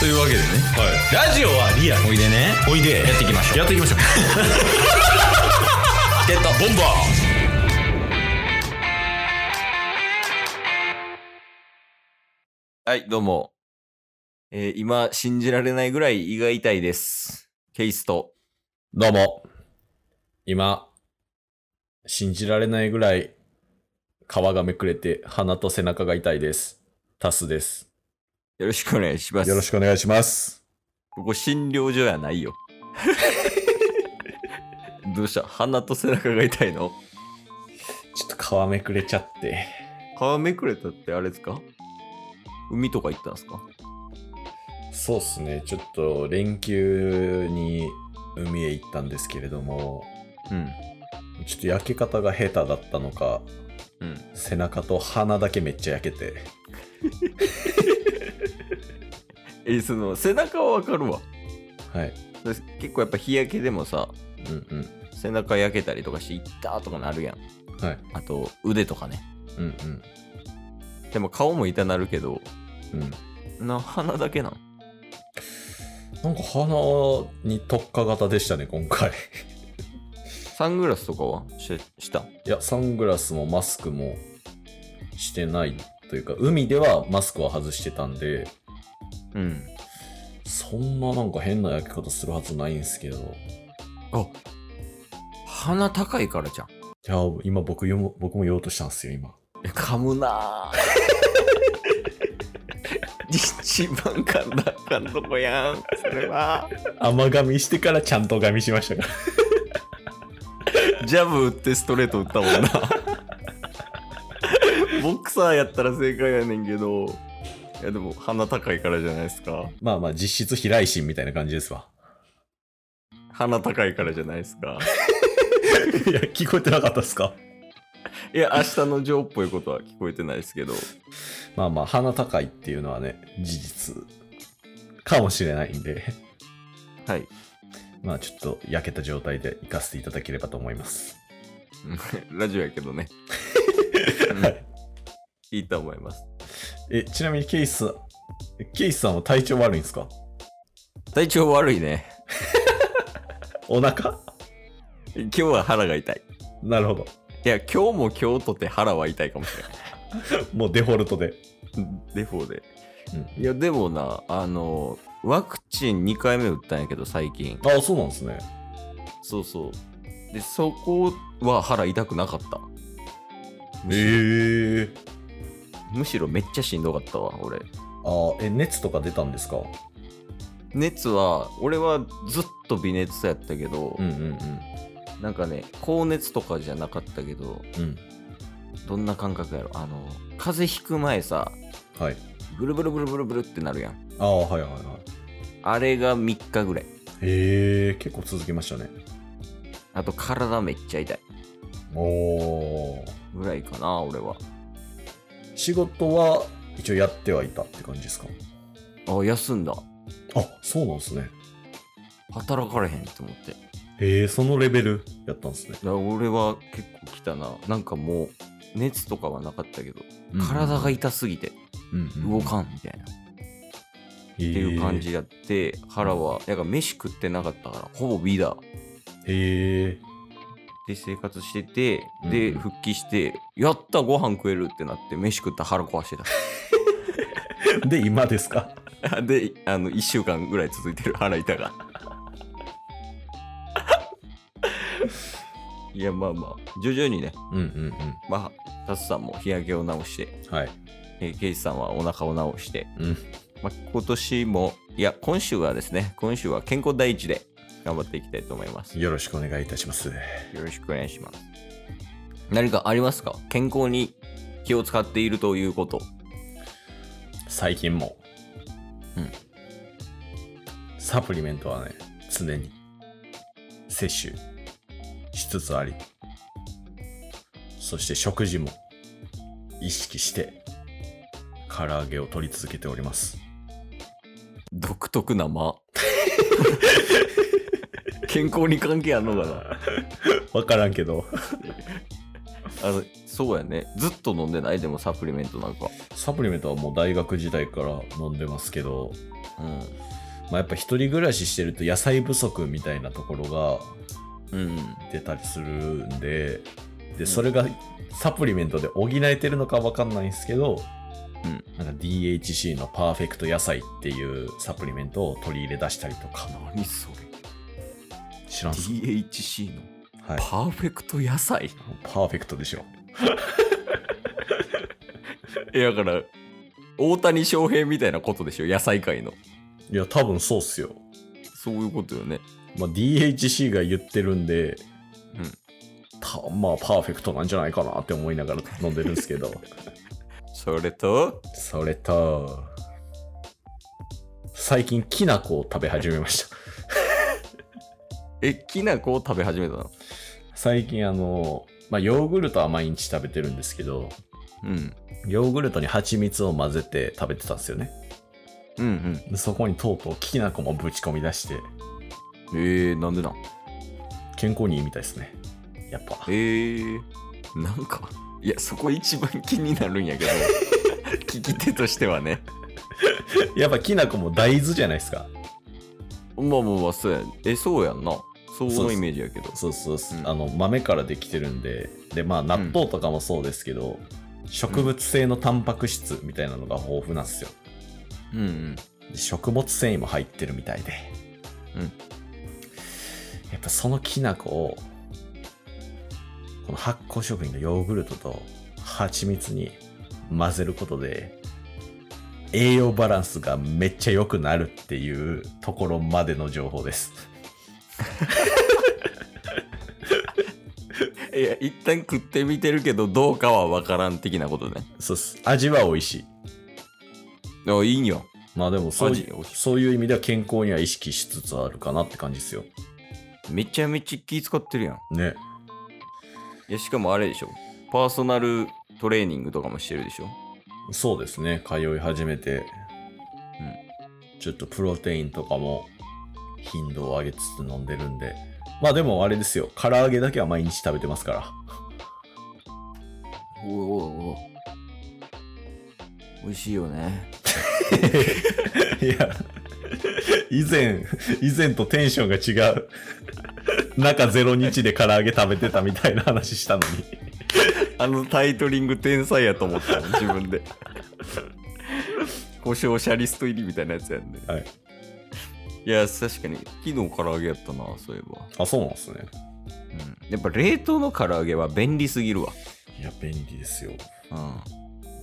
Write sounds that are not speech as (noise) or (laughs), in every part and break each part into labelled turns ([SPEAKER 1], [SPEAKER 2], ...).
[SPEAKER 1] というわけでね
[SPEAKER 2] はい。ラジオはリアル。
[SPEAKER 1] おいでね
[SPEAKER 2] おいで。
[SPEAKER 1] やっていきましょう
[SPEAKER 2] やっていきましょう。
[SPEAKER 1] (laughs) ゲットボンバーはいどうも、えー、今信じられないぐらい胃が痛いですケイスト
[SPEAKER 2] どうも。今、信じられないぐらい、皮がめくれて、鼻と背中が痛いです。タスです。
[SPEAKER 1] よろしくお願いします
[SPEAKER 2] よろしくお願いします。
[SPEAKER 1] ここ診療所やない (laughs) よどうした鼻と背中が痛いの
[SPEAKER 2] ちょっと皮めくれちゃって。
[SPEAKER 1] 皮めくれたってあれですか海とか行ったんですか
[SPEAKER 2] そうっすね。ちょっと、連休に海へ行ったんですけれども、
[SPEAKER 1] うん
[SPEAKER 2] ちょっと焼け方が下手だったのか、
[SPEAKER 1] うん
[SPEAKER 2] 背中と鼻だけめっちゃ焼けて。
[SPEAKER 1] えーその背中はわかるわ
[SPEAKER 2] はい。
[SPEAKER 1] で結構やっぱ日焼けでもさ
[SPEAKER 2] うんうん。
[SPEAKER 1] 背中焼けたりとかして「いった!」とかなるやん
[SPEAKER 2] はい。
[SPEAKER 1] あと腕とかね
[SPEAKER 2] うんうん。
[SPEAKER 1] でも顔も痛なるけど
[SPEAKER 2] うん。
[SPEAKER 1] な鼻だけなん
[SPEAKER 2] なんか鼻に特化型でしたね、今回。 (laughs)
[SPEAKER 1] サングラスとかはしした
[SPEAKER 2] いや、サングラスもマスクもしてないというか、海ではマスクは外してたんで、
[SPEAKER 1] うん
[SPEAKER 2] そんななんか変な焼け方するはずないんですけど、い
[SPEAKER 1] あ鼻高いからじゃん
[SPEAKER 2] や、今僕言も僕も言おうとしたんですよ、今。
[SPEAKER 1] え噛むなぁ (laughs) 一番噛んだ噛んとこやんそれは
[SPEAKER 2] 甘噛みしてからちゃんと噛みしましたから。 (laughs)
[SPEAKER 1] ジャブ打ってストレート打ったもんなボクサーやったら正解やねんけどいやでも鼻高いからじゃないですか
[SPEAKER 2] まあまあ、実質飛来心みたいな感じですわ。
[SPEAKER 1] 鼻高いからじゃないですか
[SPEAKER 2] いや、聞こえてなかったですか
[SPEAKER 1] いや明日のジョーっぽいことは聞こえてないですけど
[SPEAKER 2] まあまあ、鼻高いっていうのはね、事実かもしれないんで、 (laughs)
[SPEAKER 1] はい
[SPEAKER 2] まあちょっと焼けた状態で行かせていただければと思います。
[SPEAKER 1] ラジオやけ (laughs) どね。うん
[SPEAKER 2] はい
[SPEAKER 1] いいと思います。
[SPEAKER 2] え、ちなみにケイス、ケイスさんは体調悪いんですか
[SPEAKER 1] 体調悪いね。
[SPEAKER 2] お腹 (laughs)
[SPEAKER 1] 今日は腹が痛い。
[SPEAKER 2] なるほど。
[SPEAKER 1] いや、今日も今日とて腹は痛いかもしれない。
[SPEAKER 2] もうデフォルトで。
[SPEAKER 1] デフォで。
[SPEAKER 2] うん
[SPEAKER 1] いや、でもな、あの、ワクチン2回目打ったんやけど、最近。
[SPEAKER 2] あ、そうなんですね。
[SPEAKER 1] そうそう。で、そこは腹痛くなかった。む
[SPEAKER 2] え
[SPEAKER 1] しろ
[SPEAKER 2] えー。
[SPEAKER 1] むしろめっちゃしんどかったわ、俺。
[SPEAKER 2] あえ、熱とか出たんですか
[SPEAKER 1] 熱は、俺はずっと微熱やったけど、
[SPEAKER 2] うんうん
[SPEAKER 1] なんかね、高熱とかじゃなかったけど、
[SPEAKER 2] うん。うん。
[SPEAKER 1] どんな感覚やろあの風邪ひく前さ
[SPEAKER 2] はい。
[SPEAKER 1] ブルブルブルブルブルってなるやん
[SPEAKER 2] ああ、はいはいはい。
[SPEAKER 1] あれが3日ぐらい
[SPEAKER 2] ええー、結構続きましたね。
[SPEAKER 1] あと体めっちゃ痛い
[SPEAKER 2] おー。
[SPEAKER 1] ぐらいかな俺は
[SPEAKER 2] 仕事は一応やってはいたって感じですか
[SPEAKER 1] あ休んだ
[SPEAKER 2] あ、そうなんですね。
[SPEAKER 1] 働かれへんって思ってだか
[SPEAKER 2] ええー、そのレベルやったんですね。
[SPEAKER 1] ら俺は結構来たななんかもう熱とかはなかったけど体が痛すぎて動
[SPEAKER 2] んっ
[SPEAKER 1] かんみたいな、
[SPEAKER 2] て
[SPEAKER 1] っていう感。じやって腹はなんか飯食ってなかったからほぼビーダー
[SPEAKER 2] ええ
[SPEAKER 1] で生活してて
[SPEAKER 2] う
[SPEAKER 1] で
[SPEAKER 2] ん
[SPEAKER 1] 復帰してやったご飯食えるってなって飯食ったら腹壊してた
[SPEAKER 2] ー。 (laughs) で、今ですか
[SPEAKER 1] あ (laughs) で、あの、1週間ぐらい続いてる腹痛 (laughs) が。いや、まあまあ、徐々にね、
[SPEAKER 2] うんうんう
[SPEAKER 1] まあ、タスさんも日焼けを直して、
[SPEAKER 2] ん。はい。
[SPEAKER 1] えーケイジさんはお腹を直して、
[SPEAKER 2] うん。
[SPEAKER 1] まあ、今年も、いや、今週はですね、今週は健康第一で頑張っていきたいと思います。よ
[SPEAKER 2] よろしくお願いいたします。
[SPEAKER 1] ろしくお願いします。何かありますか健康に気を使っているということ。
[SPEAKER 2] 最近も。
[SPEAKER 1] うん。
[SPEAKER 2] サプリメントはね、常に摂取しつつあり、そして食事も意識して、唐揚げを取り続けております。
[SPEAKER 1] 独特な間。健康に関係あんのかな
[SPEAKER 2] (laughs) わからんけど。
[SPEAKER 1] あのそうやねずっと飲んでないでもサプリメントなんか
[SPEAKER 2] サプリメントはもう大学時代から飲んでますけど、
[SPEAKER 1] うん。
[SPEAKER 2] まあ、やっぱ一人暮らししてると野菜不足みたいなところ
[SPEAKER 1] うんうん。
[SPEAKER 2] が出たりするんででそれがサプリメントで補えてるのかわかんないんですけど、
[SPEAKER 1] うん
[SPEAKER 2] なんか DHC のパーフェクト野菜っていうサプリメントを取り入れ出したりとか
[SPEAKER 1] 何それ
[SPEAKER 2] 知らんっす、
[SPEAKER 1] ?DHC の
[SPEAKER 2] はい、
[SPEAKER 1] パーフェクト野菜。
[SPEAKER 2] パーフェクトでしょ
[SPEAKER 1] いや、だから、大谷翔平みたいなことでしょ野菜界の。
[SPEAKER 2] いや多分そうっすよ、
[SPEAKER 1] そういうことよね。
[SPEAKER 2] まあ、DHC が言ってるんで、
[SPEAKER 1] うん
[SPEAKER 2] たまあパーフェクトなんじゃないかなって思いながら飲んでるんですけ (laughs) ど
[SPEAKER 1] それと、
[SPEAKER 2] それと最近きな粉を食べ始めました
[SPEAKER 1] え、きな粉を食べ始めたの
[SPEAKER 2] 最近あの、まあ、ヨーグルトは毎日食べてるんですけど
[SPEAKER 1] うん。
[SPEAKER 2] ヨーグルトに蜂蜜を混ぜて食べてたんですよね
[SPEAKER 1] うんうん。
[SPEAKER 2] でそこにとうとうきな粉もぶち込み出して
[SPEAKER 1] えー、なんでなん
[SPEAKER 2] 健康にいいみたいですねやっぱ
[SPEAKER 1] えー、なんか、いや、そこ一番気になるんやけど、 (laughs) 聞き手としてはね。
[SPEAKER 2] (laughs) やっぱきな粉も大豆じゃないですか
[SPEAKER 1] まあまあまあ、そうやん。え、そうやんな。そう
[SPEAKER 2] そう
[SPEAKER 1] の
[SPEAKER 2] です
[SPEAKER 1] イメージやけど。
[SPEAKER 2] そうそうそう
[SPEAKER 1] うん
[SPEAKER 2] あの豆からできてるんででまあ納豆とかもそうですけど、植物性のタンパク質みたいなのが豊富なんですよ
[SPEAKER 1] うんうん。
[SPEAKER 2] で食物繊維も入ってるみたいで
[SPEAKER 1] うん
[SPEAKER 2] やっぱそのきな粉をこの発酵食品のヨーグルトと蜂蜜に混ぜることで栄養バランスがめっちゃ良くなるっていうところまでの情報です
[SPEAKER 1] いや、一旦食ってみてるけど、どうかは分からん的なことね。
[SPEAKER 2] そうっす味は美味しい
[SPEAKER 1] あ、いいんや。
[SPEAKER 2] まあでもそうい
[SPEAKER 1] 味美味しい
[SPEAKER 2] そういう意味では健康には意識しつつあるかなって感じですよ
[SPEAKER 1] めちゃめちゃ気使ってるやん。
[SPEAKER 2] ね
[SPEAKER 1] いや、しかもあれでしょ。パーソナルトレーニングとかもしてるでしょ。
[SPEAKER 2] そうですね通い始めて、ちょっとプロテインとかも頻度を上げつつ飲んでるんでまあでもあれですよ唐揚げだけは毎日食べてますから
[SPEAKER 1] おおお美味しいよね。
[SPEAKER 2] (laughs) いや以前以前とテンションが違う中0日で唐揚げ食べてたみたいな話したのに
[SPEAKER 1] あのタイトリング天才やと思ったもん、自分 (laughs) で。故障者リスト入りみたいなやつやんね。
[SPEAKER 2] はい。
[SPEAKER 1] いや、確かに、昨日唐揚げやったな、そういえば。
[SPEAKER 2] あそうなんですね
[SPEAKER 1] うん。やっぱ冷凍の唐揚げは便利すぎるわ。
[SPEAKER 2] いや便利ですよ
[SPEAKER 1] うん。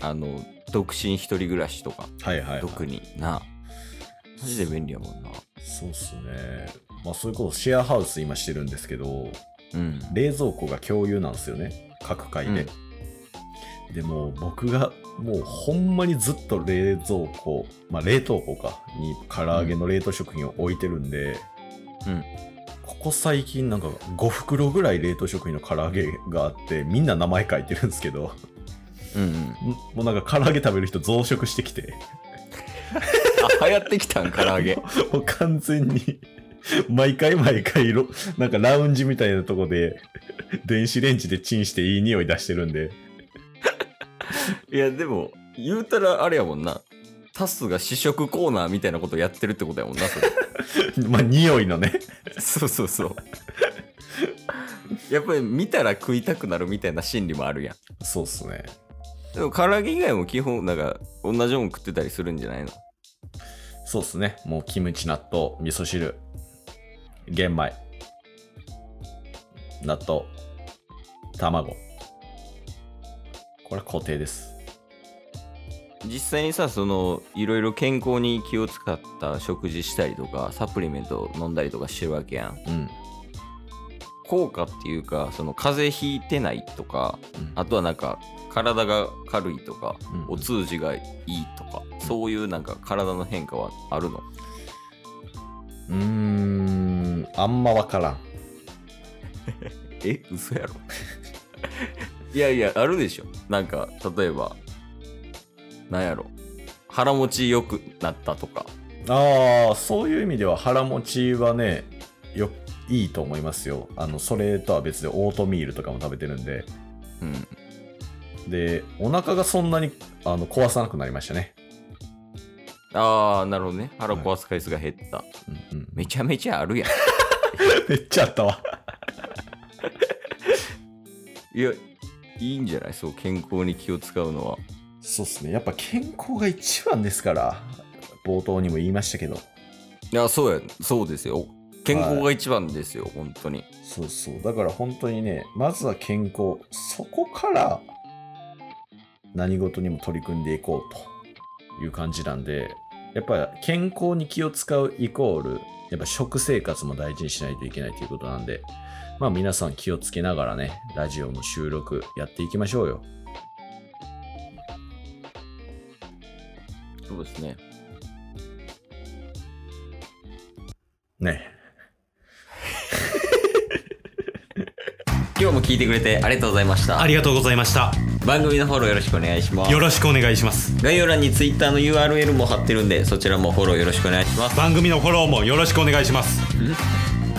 [SPEAKER 1] あの、独身一人暮らしとか、
[SPEAKER 2] はいはい、はい、
[SPEAKER 1] 特にな。マジで便利やもんな。
[SPEAKER 2] そうっすね。まあ、そういうこと、シェアハウス今してるんですけど、
[SPEAKER 1] うん。
[SPEAKER 2] 冷蔵庫が共有なんですよね。各階で。でも、僕が、もうほんまにずっと冷蔵庫、まあ、冷凍庫か、に唐揚げの冷凍食品を置いてるんで、
[SPEAKER 1] うん
[SPEAKER 2] ここ最近なんか5袋ぐらい冷凍食品の唐揚げがあって、みんな名前書いてるんですけど、
[SPEAKER 1] うんうん。
[SPEAKER 2] んもうなんか唐揚げ食べる人増殖してきて、 (laughs)
[SPEAKER 1] あ、 (laughs) 流行ってきたん、唐揚げ。
[SPEAKER 2] もう完全に、毎回毎回ろ、なんかラウンジみたいなとこで、電子レンジでチンしていい匂い出してるんで、
[SPEAKER 1] いや、でも、言うたらあれやもんな。タスが試食コーナーみたいなことやってるってことやもんな、それ。
[SPEAKER 2] (laughs) まあ匂いのね、
[SPEAKER 1] (laughs) そうそうそう。やっぱり見たら食いたくなるみたいな心理もあるやん。
[SPEAKER 2] そうっすね。
[SPEAKER 1] でも、唐揚げ以外も基本、なんか、同じもん食ってたりするんじゃないの
[SPEAKER 2] そうっすね。もうキムチ、納豆、味噌汁、玄米、納豆、卵。これは固定です。
[SPEAKER 1] 実際にさ、その、いろいろ健康に気を使った食事したりとか、サプリメント飲んだりとかしてるわけやん。
[SPEAKER 2] うん。
[SPEAKER 1] 効果っていうか、その、風邪ひいてないとか、
[SPEAKER 2] うん
[SPEAKER 1] あとはなんか体が軽いとか、
[SPEAKER 2] うん
[SPEAKER 1] お通じがいいとか、そういうなんか体の変化はあるの
[SPEAKER 2] うーん、あんまわからん。
[SPEAKER 1] え嘘やろ (laughs) いやいやあるでしょなんか例えばなんやろ腹持ちよくなったとか
[SPEAKER 2] ああそういう意味では腹持ちはねよいいと思いますよあのそれとは別でオートミールとかも食べてるんで
[SPEAKER 1] うん
[SPEAKER 2] でお腹がそんなにあの壊さなくなりましたね
[SPEAKER 1] ああ、なるほどね。腹壊す回数が減った。
[SPEAKER 2] うんうん
[SPEAKER 1] めちゃめちゃあるやん。
[SPEAKER 2] (laughs) めっちゃあったわ。
[SPEAKER 1] いや、いいんじゃないそう、健康に気を使うのは。
[SPEAKER 2] そうっすね。やっぱ健康が一番ですから、冒頭にも言いましたけど。
[SPEAKER 1] いや、そうや、そうですよ。健康が一番ですよ、本当に。
[SPEAKER 2] そうそう。だから本当にね、まずは健康。そこから何事にも取り組んでいこうという感じなんで、やっぱ健康に気を使うイコール、やっぱ食生活も大事にしないといけないということなんで、まあ皆さん気をつけながらね、ラジオも収録やっていきましょうよ。
[SPEAKER 1] そうですね。
[SPEAKER 2] ね。
[SPEAKER 1] 今日も聞いてくれてありがとうございました。
[SPEAKER 3] ありがとうございました。
[SPEAKER 1] 番組のフォローよろしくお願いします
[SPEAKER 3] よ。ろしくお願いします。
[SPEAKER 1] 概要欄に Twitter の URL も貼ってるんで、そちらもフォローよろしくお願いします。
[SPEAKER 3] 番組のフォローもよろしくお願いします。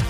[SPEAKER 3] す